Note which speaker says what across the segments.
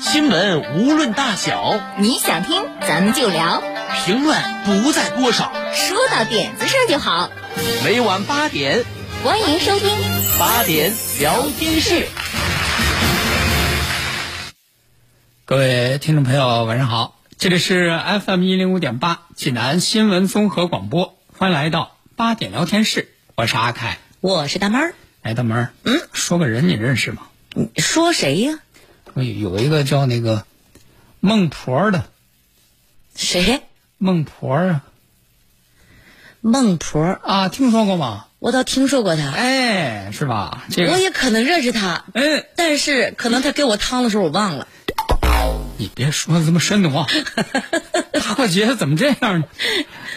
Speaker 1: 新闻无论大小，
Speaker 2: 你想听咱们就聊，
Speaker 1: 评论不在多少。
Speaker 2: 说到点子上就好。
Speaker 1: 每晚八点，
Speaker 2: 欢迎收听
Speaker 1: 八点聊天室。
Speaker 3: 各位听众朋友，晚上好，这里是 FM 一零五点八济南新闻综合广播，欢迎来到八点聊天室，我是阿凯。
Speaker 2: 我是大妹儿，
Speaker 3: 哎，大门儿，嗯，说个人你认识吗？
Speaker 2: 你说谁呀、
Speaker 3: 我有一个叫那个孟婆儿的
Speaker 2: 谁？
Speaker 3: 孟婆儿啊
Speaker 2: 孟婆，
Speaker 3: 啊，听说过吗？
Speaker 2: 我倒听说过她，
Speaker 3: 哎，是吧？这
Speaker 2: 我
Speaker 3: 个，
Speaker 2: 也可能认识她，
Speaker 3: 哎，
Speaker 2: 但是可能她给我汤的时候我忘了。
Speaker 3: 你别说的这么深的慌，大过节怎么这样呢？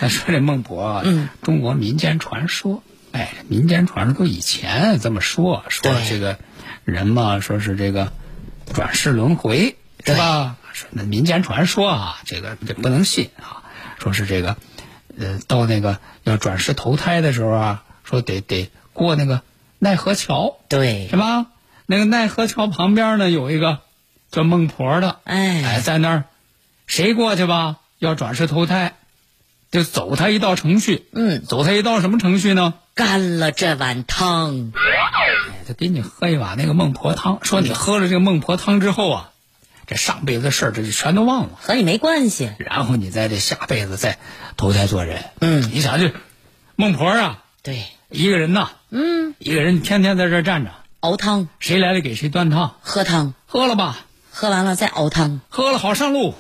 Speaker 3: 咱说这孟婆啊，中国民间传说，哎，民间传说都以前这么说，说
Speaker 2: 对
Speaker 3: 这个人嘛，说是这个转世轮回，对吧？说那民间传说啊，这个这不能信啊，说是这个，呃，到那个要转世投胎的时候啊，说得得过那个奈何桥，
Speaker 2: 对
Speaker 3: 是，吧？那个奈何桥旁边呢有一个叫孟婆的，哎，
Speaker 2: 哎，
Speaker 3: 在那儿，谁过去吧，要转世投胎，就走他一道程序。
Speaker 2: 嗯，
Speaker 3: 走他一道什么程序呢？
Speaker 2: 干了这碗汤，
Speaker 3: 哎他给你喝一碗那个孟婆汤，说你喝了这个孟婆汤之后啊，这上辈子的事儿这就全都忘了，
Speaker 2: 和你没关系。
Speaker 3: 然后你在这下辈子再投胎做人。
Speaker 2: 嗯
Speaker 3: 你想这孟婆啊，
Speaker 2: 对，
Speaker 3: 一个人呐，
Speaker 2: 嗯，
Speaker 3: 一个人天天在这儿站着，
Speaker 2: 熬汤，
Speaker 3: 谁来了给谁端汤，
Speaker 2: 喝汤，
Speaker 3: 喝了吧，
Speaker 2: 喝完了再熬汤。
Speaker 3: 喝了好上 路，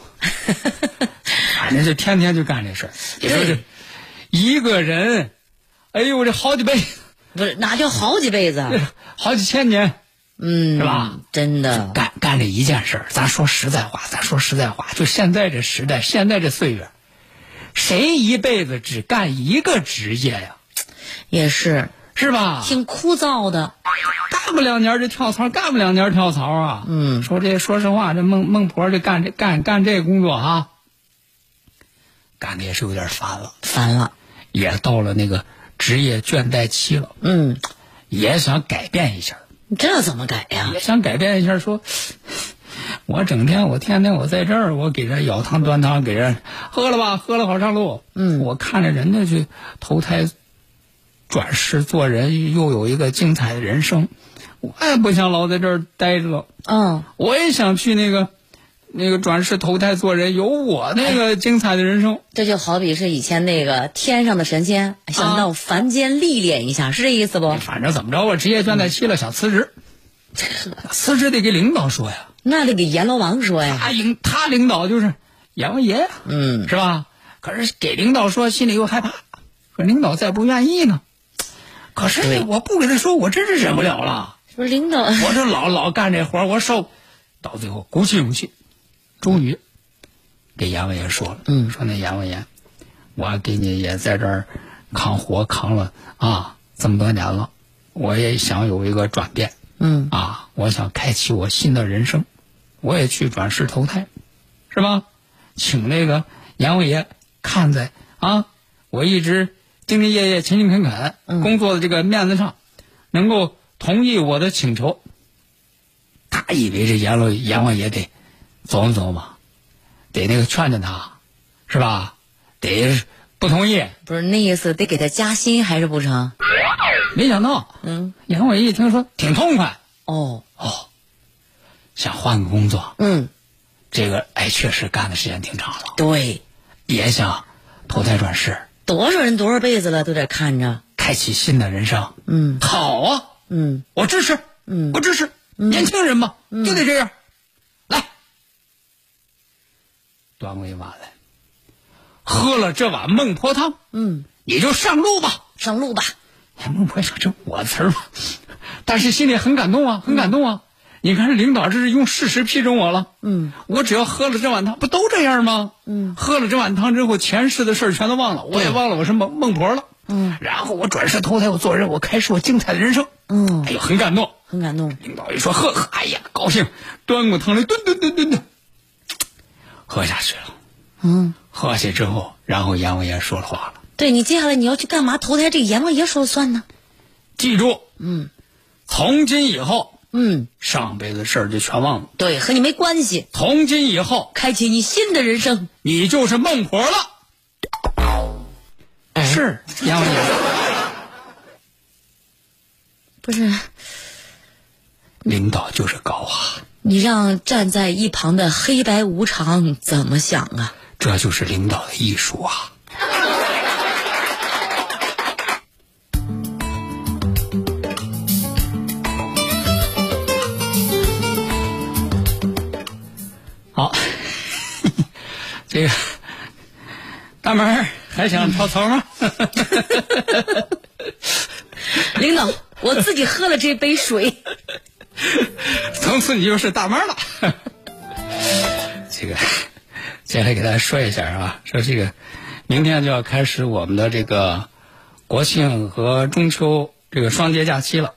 Speaker 3: 反正就天天就干这事儿。你说这一个人，哎呦，这好几倍，
Speaker 2: 不是，哪叫好几 辈子啊？
Speaker 3: 好几千年
Speaker 2: 嗯，
Speaker 3: 是吧？
Speaker 2: 真的，
Speaker 3: 干干这一件事儿。咱说实在话，咱说实在话，就现在这时代，现在这岁月，谁一辈子只干一个职业呀？
Speaker 2: 也是
Speaker 3: 是吧？
Speaker 2: 挺枯燥的。
Speaker 3: 干不两年就跳槽，干不两年跳槽啊。
Speaker 2: 嗯
Speaker 3: 说这说实话，这孟孟婆这干这干干这工作啊，干的也是有点烦了。
Speaker 2: 烦了，
Speaker 3: 也到了那个职业倦怠期了，
Speaker 2: 嗯，
Speaker 3: 也想改变一下，
Speaker 2: 你这怎么改呀
Speaker 3: 也？想改变一下说。 我整天，我天天，我在这儿，我给人舀汤端汤，给人喝了吧，喝了好上路。嗯，我看着人家去投胎、转世做人，又有一个精彩的人生，我也不想老在这儿待着了。
Speaker 2: 嗯，
Speaker 3: 我也想去那个、那个转世投胎做人，有我那个精彩的人生。
Speaker 2: 这就好比是以前那个天上的神仙想到凡间历练一下，是这意思不？
Speaker 3: 反正怎么着吧，职业倦怠期了，想辞职， 辞职得给领导说呀。
Speaker 2: 那得给阎罗王说哎呀。
Speaker 3: 他领他领导就是阎王爷，
Speaker 2: 嗯，
Speaker 3: 是吧？可是给领导说，心里又害怕，说领导再不愿意呢。可
Speaker 2: 对
Speaker 3: 是我不给他说，我真是忍不了了。
Speaker 2: 说领导，
Speaker 3: 我这老老干这活儿，我受。到最后鼓起勇气，终于给阎王爷说了，
Speaker 2: 嗯
Speaker 3: 说那阎王爷，我给你也在这儿扛活扛了啊这么多年了，我也想有一个转变，
Speaker 2: 嗯
Speaker 3: 啊，我想开启我新的人生，我也去转世投胎，是吧？请那个阎王爷看在啊，我一直兢兢业业、勤勤恳恳、工作的这个面子上，能够同意我的请求。他以为这阎罗阎王爷得琢磨琢磨，得那个劝劝他，是吧？得不同意，
Speaker 2: 不是那意思，得给他加薪还是不成？
Speaker 3: 没想到
Speaker 2: 嗯，
Speaker 3: 阎王爷一听说挺痛快，
Speaker 2: 哦，
Speaker 3: 哦，想换个工作，
Speaker 2: 嗯，
Speaker 3: 这个哎，确实干的时间挺长了，
Speaker 2: 对，
Speaker 3: 也想投胎转世，
Speaker 2: 多少人多少辈子了都得看着。
Speaker 3: 开启新的人生。
Speaker 2: 嗯
Speaker 3: 好啊，
Speaker 2: 嗯，
Speaker 3: 我支持，
Speaker 2: 嗯
Speaker 3: 我支持，年轻人嘛，就得这样。来，端过一碗来，喝了这碗孟婆汤，
Speaker 2: 嗯，
Speaker 3: 你就上路吧。
Speaker 2: 上路吧。
Speaker 3: 哎孟婆想这我词儿吗，但是心里很感动啊，很感动啊。你看领导这是用事实批准我了。
Speaker 2: 嗯，
Speaker 3: 我只要喝了这碗汤，不都这样吗？嗯，喝了这碗汤之后，前世的事儿全都忘了，我也忘了我是孟孟婆了。嗯，然后我转世投胎，我做人，我开始我精彩的人生。
Speaker 2: 嗯
Speaker 3: 哎呦，很感动。
Speaker 2: 很感动。
Speaker 3: 领导一说喝喝，哎呀，高兴，端过汤来，吨吨吨吨吨，喝下去了。
Speaker 2: 嗯，
Speaker 3: 喝下去之后，然后阎王爷说了话了，
Speaker 2: 对你接下来你要去干嘛？投胎这个阎王爷说了算呢？
Speaker 3: 记住，嗯，从今以后，
Speaker 2: 嗯，
Speaker 3: 上辈子事儿就全忘了。
Speaker 2: 对，和你没关系，
Speaker 3: 从今以后，
Speaker 2: 开启你新的人生。
Speaker 3: 你就是孟婆了。
Speaker 2: 哎
Speaker 3: 是阎王爷，
Speaker 2: 不是，
Speaker 3: 领导就是高啊，
Speaker 2: 你让站在一旁的黑白无常怎么想啊？
Speaker 3: 这就是领导的艺术啊。好， 这个大门儿还想跳槽吗？
Speaker 2: 领导，我自己喝了这杯水。
Speaker 3: 从此你就是大妈了。这个，接下来给大家说一下啊，说这个，明天就要开始我们的这个国庆和中秋这个双节假期了，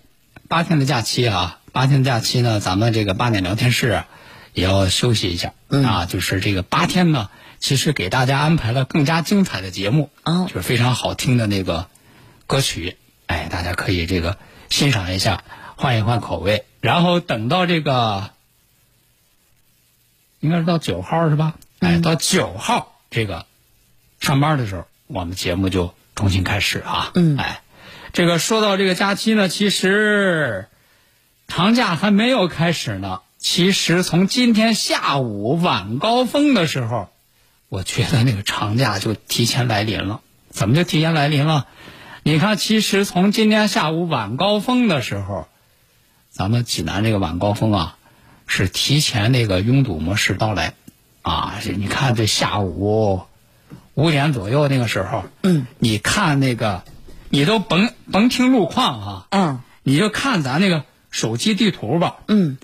Speaker 3: 八天的假期啊，八天的假期呢，咱们这个八点聊天室啊也要休息一下、啊，就是这个八天呢，其实给大家安排了更加精彩的节目，
Speaker 2: 哦
Speaker 3: 就是非常好听的那个歌曲，哎，大家可以这个欣赏一下，换一换口味。然后等到这个，应该是到九号是吧？哎，到九号这个上班的时候，我们节目就重新开始啊。
Speaker 2: 嗯
Speaker 3: 哎，这个说到这个假期呢，其实长假还没有开始呢。其实从今天下午晚高峰的时候，我觉得那个长假就提前来临了。怎么就提前来临了？你看，其实从今天下午晚高峰的时候，咱们济南这个晚高峰啊，是提前那个拥堵模式到来，啊，是你看这下午五点左右那个时候，嗯，你看那个，你都甭甭听路况啊，
Speaker 2: 嗯
Speaker 3: 你就看咱那个手机地图吧，
Speaker 2: 嗯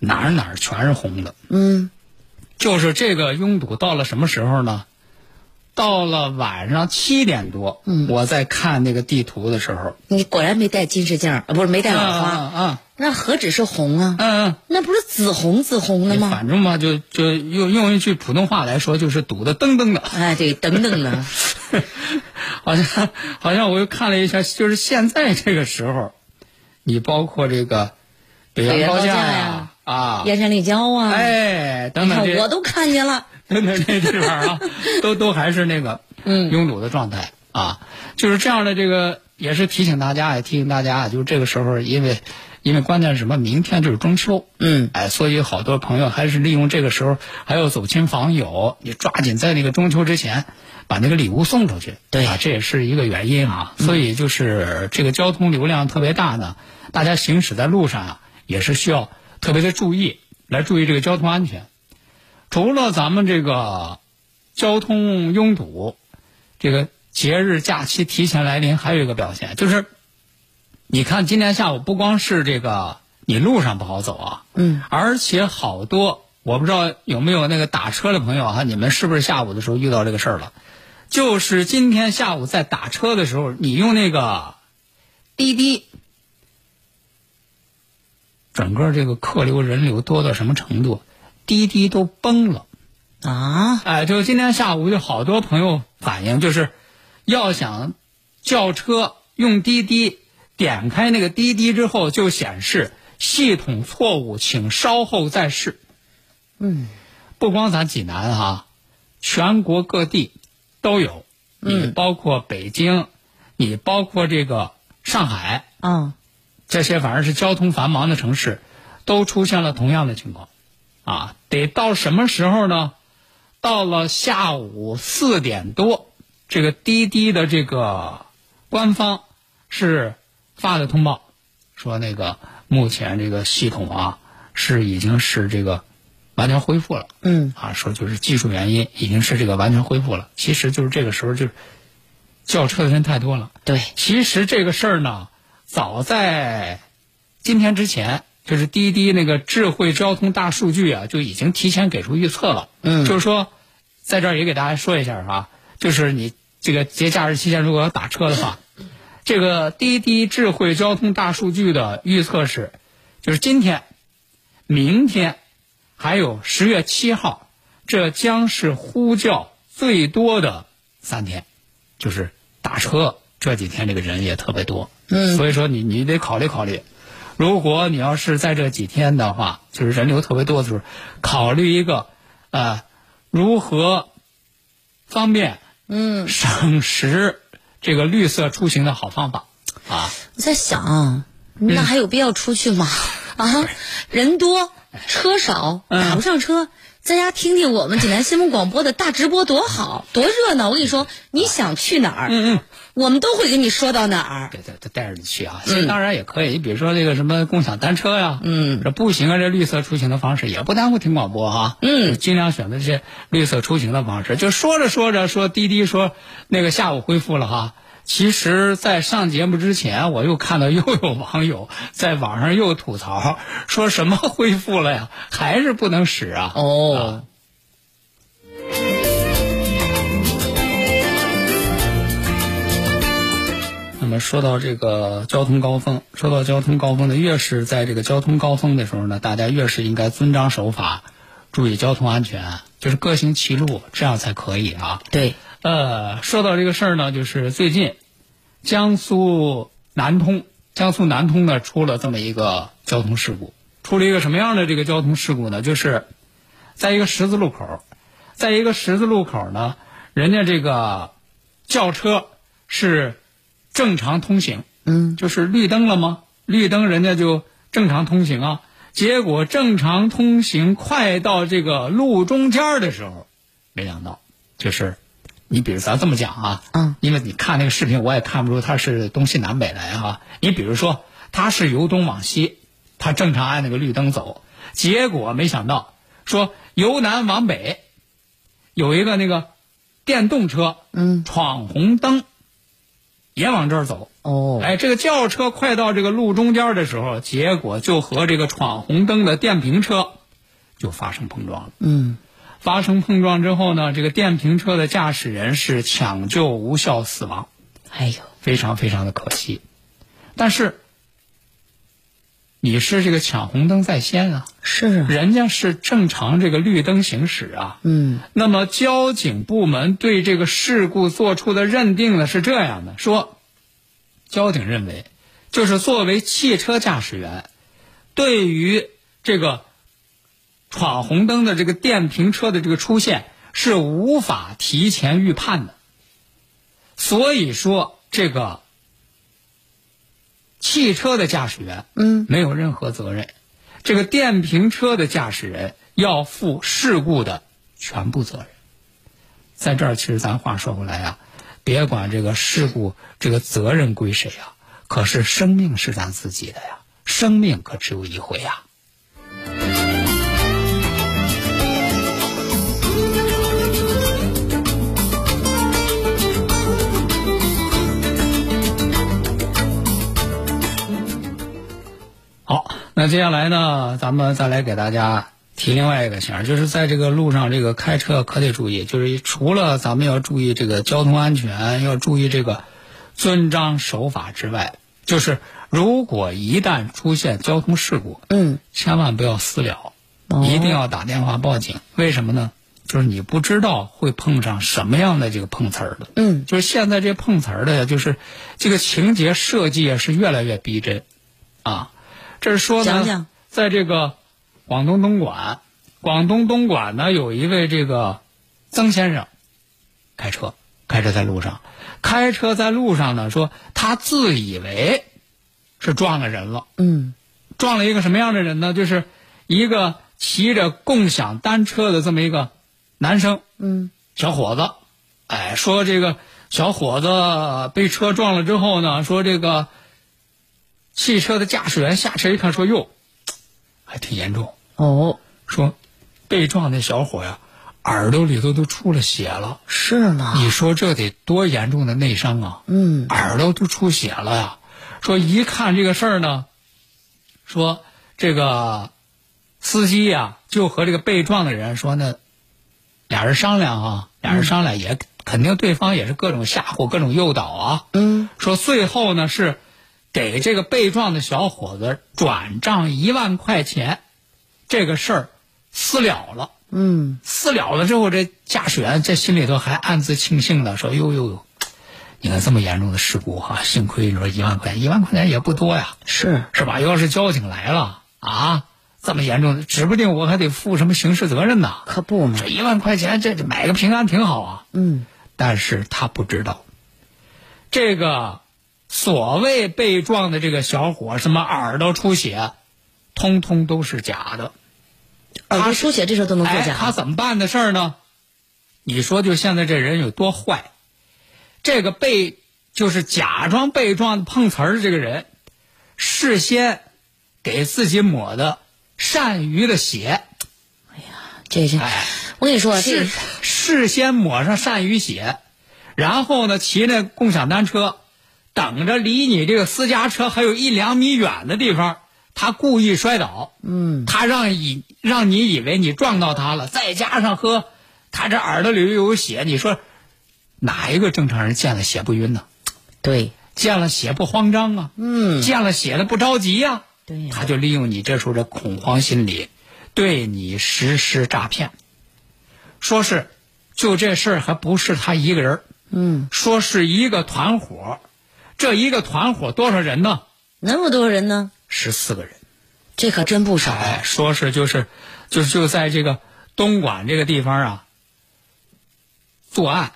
Speaker 3: 哪儿哪儿全是红的，
Speaker 2: 嗯，
Speaker 3: 就是这个拥堵到了什么时候呢？到了晚上七点多，嗯，我在看那个地图的时候，
Speaker 2: 你果然没带近视镜儿，啊，不是没带
Speaker 3: 啊
Speaker 2: 老花，
Speaker 3: 啊，
Speaker 2: 那何止是红啊？
Speaker 3: 嗯嗯。
Speaker 2: 那不是紫红紫红的吗？
Speaker 3: 反正嘛，就就用用一句普通话来说，就是堵得噔噔的，
Speaker 2: 哎，对，等等 的，
Speaker 3: 好像好像我又看了一下，就是现在这个时候，你包括这个北洋
Speaker 2: 北洋
Speaker 3: 高
Speaker 2: 高
Speaker 3: 架
Speaker 2: 架
Speaker 3: 呀啊，
Speaker 2: 燕山立交啊，
Speaker 3: 哎等
Speaker 2: 你
Speaker 3: 等
Speaker 2: 看
Speaker 3: 这
Speaker 2: 我都看见了。
Speaker 3: 等等这地方 啊，都都还是那个
Speaker 2: 嗯
Speaker 3: 拥堵的状态啊，就是这样的这个也是提醒大家，也提醒大家啊，就是这个时候，因为因为关键是什么？明天就是中秋，
Speaker 2: 嗯，
Speaker 3: 哎，所以好多朋友还是利用这个时候，还有走亲访友，你抓紧在那个中秋之前把那个礼物送出去。
Speaker 2: 对嗯
Speaker 3: 啊，这也是一个原因啊。所以就是这个交通流量特别大呢，大家行驶在路上啊，也是需要特别的注意，来注意这个交通安全。除了咱们这个交通拥堵，这个节日假期提前来临，还有一个表现就是，你看今天下午不光是这个你路上不好走啊，
Speaker 2: 嗯，
Speaker 3: 而且好多我不知道有没有那个打车的朋友哈、啊你们是不是下午的时候遇到这个事儿了？就是今天下午在打车的时候，你用那个滴滴，整个这个客流人流多到什么程度？滴滴都崩了。
Speaker 2: 啊，
Speaker 3: 哎，就是今天下午有好多朋友反映，就是要想叫车用滴滴，点开那个滴滴之后就显示系统错误，请稍后再试。嗯，不光咱济南哈、全国各地都有，你包括北京，你包括这个上海，
Speaker 2: 啊，
Speaker 3: 这些反而是交通繁忙的城市，都出现了同样的情况，啊，得到什么时候呢？到了下午四点多，这个滴滴的这个官方是发的通报，说那个目前这个系统啊是已经是这个完全恢复了，
Speaker 2: 嗯
Speaker 3: 啊，说就是技术原因已经是这个完全恢复了。其实就是这个时候就是叫车的人太多了。
Speaker 2: 对，
Speaker 3: 其实这个事儿呢，早在今天之前，就是滴滴那个智慧交通大数据啊，就已经提前给出预测了。
Speaker 2: 嗯
Speaker 3: 就是说，在这儿也给大家说一下啊，就是你这个节假日期间如果要打车的话，这个滴滴智慧交通大数据的预测是，就是今天、明天，还有十月七号，这将是呼叫最多的三天，就是打车这几天这个人也特别多。
Speaker 2: 嗯
Speaker 3: 所以说你你得考虑考虑。如果你要是在这几天的话，就是人流特别多的时候，考虑一个，呃，如何方便、
Speaker 2: 嗯，
Speaker 3: 省时这个绿色出行的好方法啊。
Speaker 2: 我在想
Speaker 3: 嗯
Speaker 2: 啊，那还有必要出去 吗？啊，人多车少，
Speaker 3: 嗯
Speaker 2: 打不上车，在家听听我们济南新闻广播的大直播多好，多热闹！我跟你说，你想去哪儿，
Speaker 3: 嗯嗯，
Speaker 2: 我们都会给你说到哪儿。
Speaker 3: 对对，对带着你去啊。其实当然也可以，你比如说这个什么共享单车呀、
Speaker 2: 嗯，
Speaker 3: 这步行啊，这绿色出行的方式也不耽误听广播哈、
Speaker 2: 嗯，
Speaker 3: 尽量选择这些绿色出行的方式。就说着说着说滴滴说那个下午恢复了哈。其实，在上节目之前，我又看到又有网友在网上又吐槽，说什么恢复了呀，还是不能使啊。
Speaker 2: 哦，
Speaker 3: 那么说到这个交通高峰，说到交通高峰呢，越是在这个交通高峰的时候呢，大家越是应该遵章守法，注意交通安全，就是各行其路，这样才可以啊。
Speaker 2: 对，
Speaker 3: 呃，说到这个事儿呢，就是最近江苏南通，江苏南通呢出了这么一个交通事故，出了一个什么样的这个交通事故呢？就是在一个十字路口，在一个十字路口呢，人家这个轿车是正常通行，
Speaker 2: 嗯，
Speaker 3: 就是绿灯了吗？绿灯人家就正常通行啊。结果正常通行快到这个路中间儿的时候，没想到就是，你比如咱这么讲啊，
Speaker 2: 嗯，
Speaker 3: 因为你看那个视频我也看不出它是东西南北来啊。你比如说它是由东往西，它正常按那个绿灯走，结果没想到说由南往北，有一个那个电动车，
Speaker 2: 嗯，
Speaker 3: 闯红灯，也往这儿走，
Speaker 2: 哦，
Speaker 3: 哎，这个轿车快到这个路中间的时候，结果就和这个闯红灯的电瓶车就发生碰撞了。
Speaker 2: 嗯，
Speaker 3: 发生碰撞之后呢，这个电瓶车的驾驶人是抢救无效死亡，
Speaker 2: 哎呦，
Speaker 3: 非常非常的可惜。但是你是这个抢红灯在先啊，
Speaker 2: 是啊，
Speaker 3: 人家是正常这个绿灯行驶啊。
Speaker 2: 嗯，
Speaker 3: 那么交警部门对这个事故做出的认定呢是这样的：说，交警认为，就是作为汽车驾驶员，对于这个闯红灯的这个电瓶车的这个出现是无法提前预判的，所以说这个汽车的驾驶员
Speaker 2: 嗯，
Speaker 3: 没有任何责任，这个电瓶车的驾驶人要负事故的全部责任。在这儿，其实咱话说回来啊，别管这个事故这个责任归谁啊，可是生命是咱自己的呀，生命可只有一回啊呀、好，那接下来呢，咱们再来给大家提另外一个醒儿，就是在这个路上，这个开车可得注意，就是除了咱们要注意这个交通安全，要注意这个遵章守法之外，就是如果一旦出现交通事故，
Speaker 2: 嗯，
Speaker 3: 千万不要私了，
Speaker 2: 哦
Speaker 3: 一定要打电话报警。为什么呢？就是你不知道会碰上什么样的这个碰瓷儿的。
Speaker 2: 嗯，
Speaker 3: 就是现在这碰瓷儿的呀，就是这个情节设计啊是越来越逼真，啊，这是说呢，
Speaker 2: 讲讲
Speaker 3: 在这个广东东莞，广东东莞呢有一位这个曾先生，开车，开车在路上，开车在路上呢，说他自以为是撞了人了，
Speaker 2: 嗯，
Speaker 3: 撞了一个什么样的人呢？就是一个骑着共享单车的这么一个男生，
Speaker 2: 嗯，
Speaker 3: 小伙子，哎，说这个小伙子被车撞了之后呢，说这个汽车的驾驶员下车一看，说哟，还挺严重，
Speaker 2: 哦，
Speaker 3: 说被撞那小伙呀，耳朵里头都出了血了，
Speaker 2: 是吗？
Speaker 3: 你说这得多严重的内伤啊！
Speaker 2: 嗯，
Speaker 3: 耳朵都出血了呀。说一看这个事儿呢，说这个司机呀、就和这个被撞的人说呢，俩人商量啊，俩人商量也肯定对方也是各种吓唬、各种诱导啊。
Speaker 2: 嗯，
Speaker 3: 说最后呢是给这个被撞的小伙子转账一万块钱，这个事儿私了了。
Speaker 2: 嗯，
Speaker 3: 私了了之后，这驾驶员这心里头还暗自庆幸呢，说：“呦呦呦，你看这么严重的事故哈、幸亏你说一万块钱，一万块钱也不多呀，
Speaker 2: 是，
Speaker 3: 是吧？要是交警来了啊，这么严重的，指不定我还得负什么刑事责任呢。
Speaker 2: 可不嘛
Speaker 3: 这。一万块钱，这这买个平安挺好啊。
Speaker 2: 嗯，
Speaker 3: 但是他不知道，这个所谓被撞的这个小伙，什么耳朵出血，通通都是假的。
Speaker 2: 耳
Speaker 3: 他
Speaker 2: 朵
Speaker 3: 啊是
Speaker 2: 出血这事儿都能作啊
Speaker 3: 哎，他
Speaker 2: 假，
Speaker 3: 怎么办的事儿呢？你说，就现在这人有多坏？这个被就是假装被撞的碰瓷儿的这个人，事先给自己抹的鳝鱼的血，
Speaker 2: 这这
Speaker 3: 哎，
Speaker 2: 我跟你说，这
Speaker 3: 事事先抹上鳝鱼血，然后呢，骑那共享单车，等着离你这个私家车还有一两米远的地方，他故意摔倒，嗯，他让以让你以为你撞到他了，再加上喝，他这耳朵里又有血，你说哪一个正常人见了血不晕呢？
Speaker 2: 对
Speaker 3: 见了血不慌张啊，嗯，见了血了不着急呀、
Speaker 2: 对呀
Speaker 3: 他就利用你这时候的恐慌心理，对你实施诈骗，说是就这事儿还不是他一个人，嗯，说是一个团伙，这一个团伙多少人呢？
Speaker 2: 那么多人呢，
Speaker 3: 十四个人，
Speaker 2: 这可真不少。
Speaker 3: 哎，说是就是就是就在这个东莞这个地方啊，作案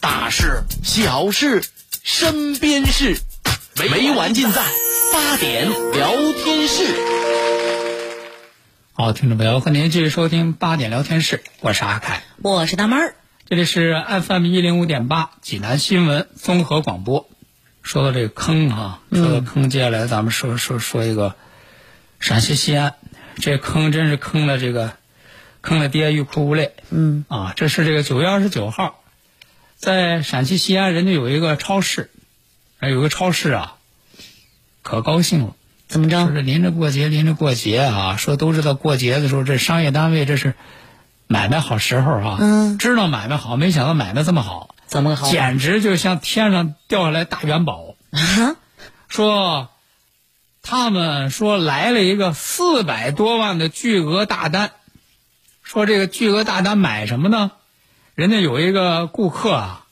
Speaker 1: 大事、小事、身边事，每晚尽在八点聊天室。
Speaker 3: 好，听众朋友，欢迎您继续收听八点聊天室，我是阿凯，
Speaker 2: 我是大妹儿，
Speaker 3: 这里是 FM 一零五点八济南新闻综合广播。说到这个坑啊，说到坑，接下来咱们说说说一个陕西西安，这坑真是坑了这个坑了爹欲哭无泪。
Speaker 2: 嗯
Speaker 3: 啊，这是这个九月二十九号，在陕西西安，人家有一个超市，哎，有个超市啊，可高兴了。
Speaker 2: 怎么
Speaker 3: 说
Speaker 2: 着？
Speaker 3: 是临着过节，临着过节啊，说都知道过节的时候，这商业单位这是买卖好时候啊，
Speaker 2: 嗯
Speaker 3: 知道买卖好，没想到买卖这么好，
Speaker 2: 怎么个好？
Speaker 3: 简直就像天上掉下来大元宝。
Speaker 2: 啊，
Speaker 3: 说他们说来了一个四百多万的巨额大单，说这个巨额大单买什么呢？人家有一个顾客啊，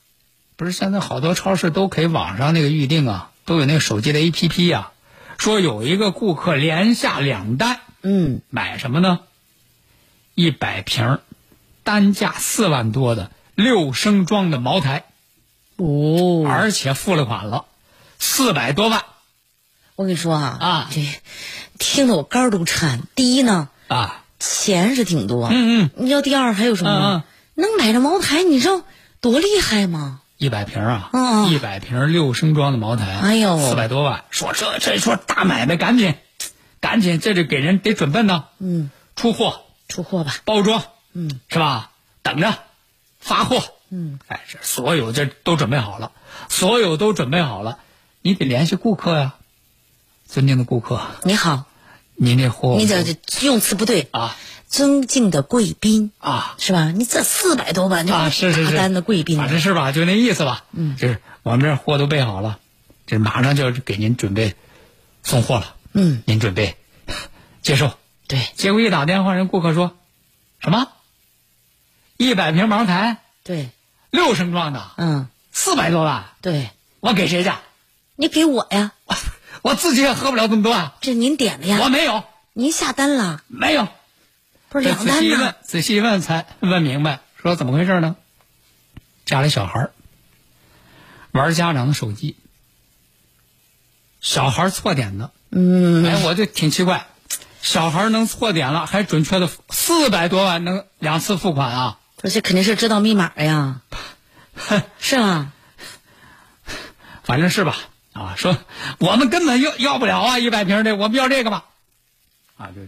Speaker 3: 不是现在好多超市都可以网上那个预定啊，都有那个手机的 APP 呀、啊说有一个顾客连下两单，
Speaker 2: 嗯，
Speaker 3: 买什么呢？一百瓶儿，单价四万多的六升装的茅台，
Speaker 2: 哦，
Speaker 3: 而且付了款了，四百多万
Speaker 2: 我跟你说啊，
Speaker 3: 啊
Speaker 2: 这听得我肝儿都颤。第一呢，
Speaker 3: 啊！
Speaker 2: 钱是挺多，
Speaker 3: 嗯嗯，
Speaker 2: 你知道第二还有什么吗？能买着茅台，你知道多厉害吗？
Speaker 3: 一百瓶啊，
Speaker 2: 嗯
Speaker 3: 一百瓶六升装的茅台，
Speaker 2: 哎呦
Speaker 3: 四百多万，说这这说大买卖，赶紧，赶紧，这就给人得准备呢，
Speaker 2: 嗯，
Speaker 3: 出货
Speaker 2: 出货吧，
Speaker 3: 包装，
Speaker 2: 嗯，
Speaker 3: 是吧？等着发货，
Speaker 2: 嗯，
Speaker 3: 哎，这所有这都准备好了，所有都准备好了，你得联系顾客呀、尊敬的顾客，
Speaker 2: 你好，
Speaker 3: 您这货
Speaker 2: 你这这用词不对，
Speaker 3: 哦啊
Speaker 2: 尊敬的贵宾
Speaker 3: 啊
Speaker 2: 是吧？你这四百多万 就
Speaker 3: 啊，是是啊
Speaker 2: 大
Speaker 3: 是，
Speaker 2: 单的贵宾，啊
Speaker 3: 反正是吧，就那意思吧，嗯，就是我们这儿货都备好了，这马上就要给您准备送货了，
Speaker 2: 嗯，
Speaker 3: 您准备接受。
Speaker 2: 对，
Speaker 3: 结果一打电话，人顾客说，什么？一百瓶茅台，
Speaker 2: 对，
Speaker 3: 六升装的，
Speaker 2: 嗯，
Speaker 3: 四百多万，
Speaker 2: 对，
Speaker 3: 我给谁去？
Speaker 2: 你给我呀，
Speaker 3: 我自己也喝不了这么多啊！
Speaker 2: 这您点的
Speaker 3: 我
Speaker 2: 呀，
Speaker 3: 没有，
Speaker 2: 您下单了，
Speaker 3: 没有。
Speaker 2: 不是
Speaker 3: 这
Speaker 2: 两
Speaker 3: 仔细
Speaker 2: 单
Speaker 3: 一
Speaker 2: 吗
Speaker 3: 问？，仔细一问才问明白，说怎么回事呢？家里小孩儿玩家长的手机，小孩儿错点的。嗯，哎，我就挺奇怪，小孩儿能错点了，还准确的四百多万能两次付款啊！
Speaker 2: 不是这肯定是知道密码 呀，是吧？
Speaker 3: 反正是吧，啊，说我们根本要要不了啊，一百瓶的，我们要这个吧，啊，就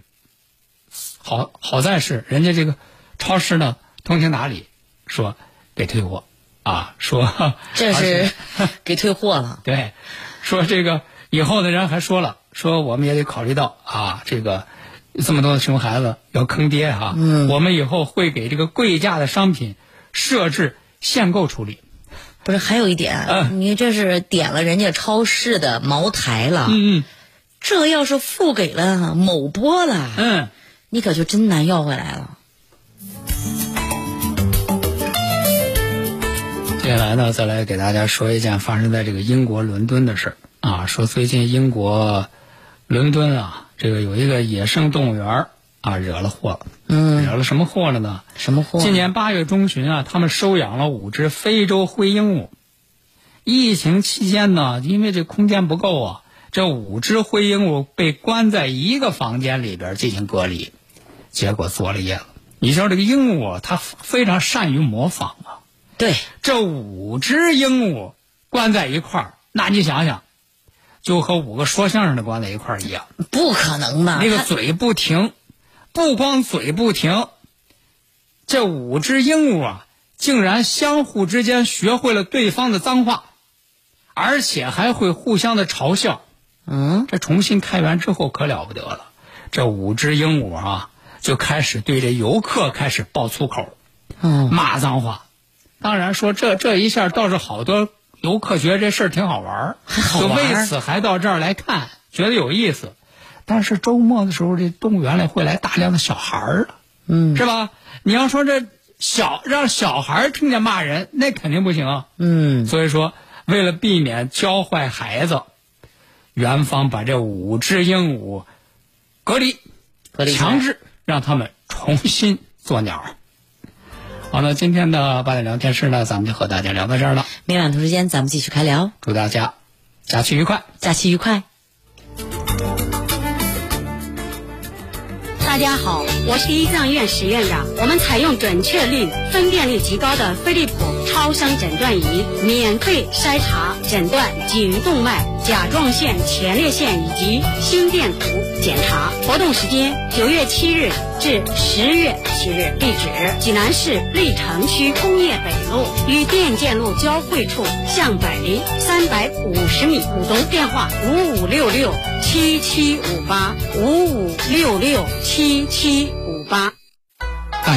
Speaker 3: 好好在是人家这个超市呢通情达理，说给退货啊，说
Speaker 2: 这
Speaker 3: 而且
Speaker 2: 是 给退货了，
Speaker 3: 对，说这个以后的人还说了，说我们也得考虑到啊，这个这么多的熊孩子要坑爹哈、嗯，我们以后会给这个贵价的商品设置限购处理，
Speaker 2: 不是还有一点，
Speaker 3: 嗯
Speaker 2: 你这是点了人家超市的茅台了，
Speaker 3: 嗯
Speaker 2: 这要是付给了某波了，
Speaker 3: 嗯，
Speaker 2: 你可就真难要回来了。
Speaker 3: 接下来呢，再来给大家说一件发生在这个英国伦敦的事儿啊，说最近英国伦敦啊，这个有一个野生动物园儿啊惹了祸了，
Speaker 2: 嗯，
Speaker 3: 惹了什么祸了呢？
Speaker 2: 什么货？
Speaker 3: 今年八月中旬啊，他们收养了五只非洲灰鹦鹉。疫情期间呢，因为这空间不够啊，这五只灰鹦鹉被关在一个房间里边进行隔离，结果作了业了。你知道这个鹦鹉啊它非常善于模仿啊，
Speaker 2: 对，
Speaker 3: 这五只鹦鹉关在一块儿，那你想想，就和五个说相声的关在一块儿一样，
Speaker 2: 不可能吧？
Speaker 3: 那个
Speaker 2: 他
Speaker 3: 嘴不停，不光嘴不停，这五只鹦鹉啊，竟然相互之间学会了对方的脏话，而且还会互相的嘲笑。
Speaker 2: 嗯，
Speaker 3: 这重新开园之后可了不得了，这五只鹦鹉啊，就开始对这游客开始爆粗口。
Speaker 2: 嗯，
Speaker 3: 骂脏话。当然说这这一下倒是好多游客觉得这事儿挺好玩儿，
Speaker 2: 好玩儿
Speaker 3: 就为此还到这儿来看，觉得有意思。但是周末的时候，这动物园里会来大量的小孩儿，嗯，是吧？你要说这小让小孩儿听见骂人，那肯定不行啊。
Speaker 2: 嗯，
Speaker 3: 所以说，为了避免教坏孩子，园方把这五只鹦鹉隔离，
Speaker 2: 隔离起来
Speaker 3: 强制让他们重新做鸟儿。好了，今天的八点聊天室呢，咱们就和大家聊到这儿了。
Speaker 2: 明晚同时间咱们继续开聊，
Speaker 3: 祝大家假期愉快。
Speaker 2: 假期愉快。
Speaker 4: 大家好，我是一藏医院史院长。我们采用准确率、分辨率极高的飞利浦超声诊断仪，免费筛查诊断颈动脉、甲状腺、前列腺以及心电图检查。活动时间：九月七日至十月七日。地址：济南市历城区工业北路与电建路交汇处向北三百五十米股东电话五五六六七七五八五五六六七七五八。
Speaker 5: 大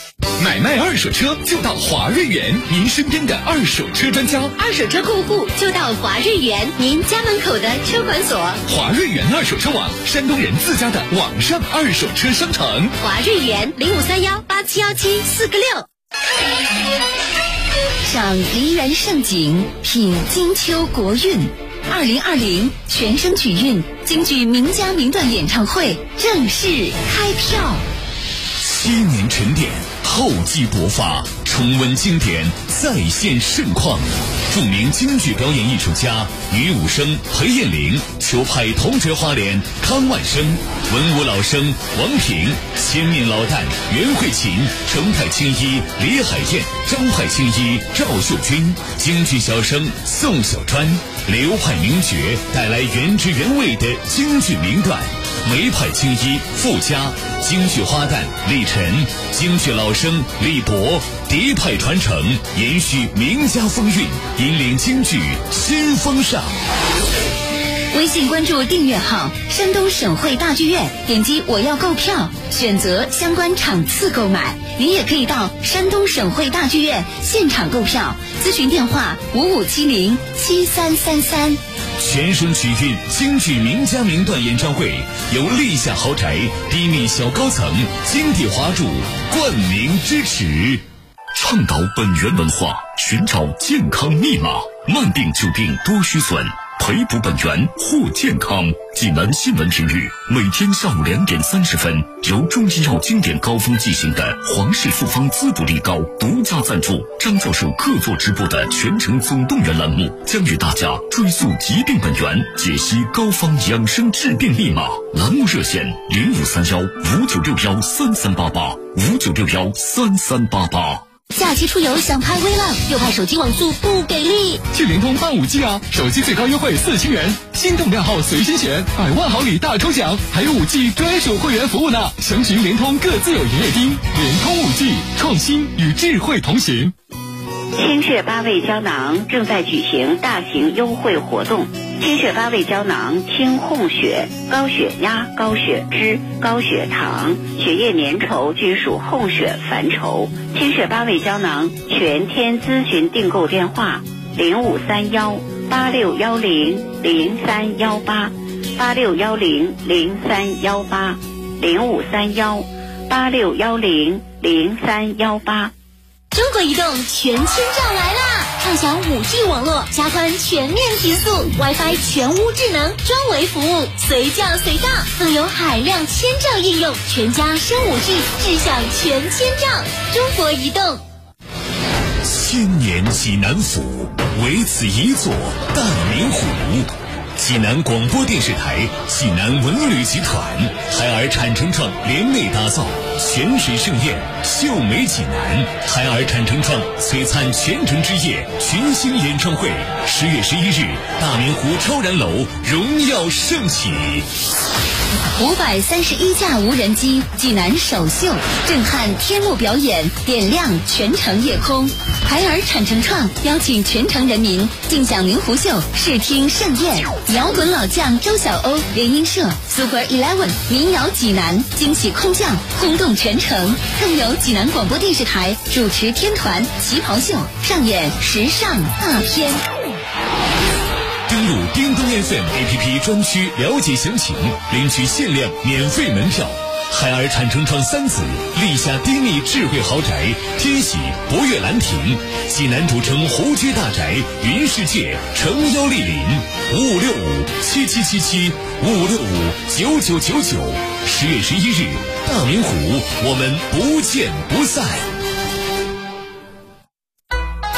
Speaker 5: 买卖二手车就到华瑞源，您身边的二手车专家。
Speaker 6: 二手车过户就到华瑞源，您家门口的车管所。
Speaker 5: 华瑞源二手车网，山东人自家的网上二手车商城。
Speaker 6: 华瑞源零五三幺八七幺七四个六。赏梨园盛景，品金秋国韵。二零二零全声曲韵京剧名家名段演唱会正式开票。
Speaker 5: 千年沉淀，厚积薄发，重温经典，再现盛况。著名京剧表演艺术家女武生裴艳玲、球派同学花莲康万生、文武老生王平、千面老旦袁慧琴、程派青衣李海燕、张派青衣赵秀君、京剧小生宋小川、流派名角带来原汁原味的京剧名段。梅派青衣傅家，京剧花旦李晨，京剧老生李博，嫡派传承延续名家风韵，引领京剧新风尚。
Speaker 6: 微信关注订阅号“山东省会大剧院”，点击“我要购票”，选择相关场次购买。您也可以到山东省会大剧院现场购票，咨询电话五五七零七三三三。
Speaker 5: 全省曲韵京剧名家名段演唱会由立夏豪宅低密小高层金地华住冠名支持，倡导本源文化，寻找健康密码，慢病久病多虚损。培补本源护健康，济南新闻频率每天下午两点三十分，由中医药经典高方进行的皇氏复方滋补力高独家赞助，张教授客座直播的全程总动员栏目，将与大家追溯疾病本源，解析高方养生治病密码。栏目热线零五三幺五九六幺三三八八五九六幺三三八八。
Speaker 6: 假期出游想拍 vlog，又怕手机网速不给力。
Speaker 5: 去联通办五 G 啊，手机最高优惠四千元，心动靓号随身选，百万好礼大抽奖，还有五 G 专属会员服务呢。详询联通各自有营业厅，联通五 G 创新与智慧同行。
Speaker 7: 千雀八味胶囊正在举行大型优惠活动。千雀八味胶囊清控血、高血压、高血脂、高血糖、血液粘稠均属控血范畴。千雀八味胶囊全天咨询订购电话：零五三幺八六幺零零三幺八八六幺零零三幺八零五三幺八六幺零零三幺八。
Speaker 6: 中国移动全千兆来啦！畅享 5G 网络，加宽全面提速，WiFi 全屋智能专为服务，随叫随到，更有海量千兆应用，全家升 5G，智享全千兆。中国移动。
Speaker 5: 千年济南府，唯此一座大明湖。济南广播电视台、济南文旅集团、海尔产城创联袂打造泉水盛宴、秀美济南。海尔产城创璀璨泉城之夜群星演唱会，十月十一日，大明湖超然楼荣耀盛起。
Speaker 6: 五百三十一架无人机，济南首秀，震撼天幕表演，点亮全城夜空。海尔产城创邀请全城人民尽享明湖秀视听盛宴，摇滚老将周晓鸥、联音社、Super Eleven 民谣济南惊喜空降，轰动全城。更有济南广播电视台主持天团旗袍秀，上演时尚大片。
Speaker 5: 登录叮咚 FM APP 专区了解详情，领取限量免费门票。海尔产城创三子立夏低密智慧豪宅天喜博悦兰亭，济南主城湖居大宅云世界诚邀莅临，五五六五七七七七五五六五九九九九。十月十一日，大明湖，我们不见不散。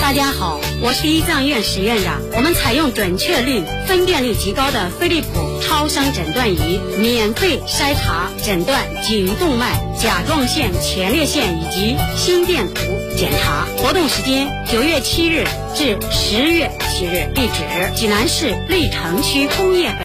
Speaker 2: 大家好，我是一藏院史院长。啊我们采用准确率、分辨率极高的飞利浦超声诊断仪，免费筛查诊断颈动脉、甲状腺、前列腺以及心电图检查。活动时间：九月七日至十月七日。地址：济南市历城区工业北。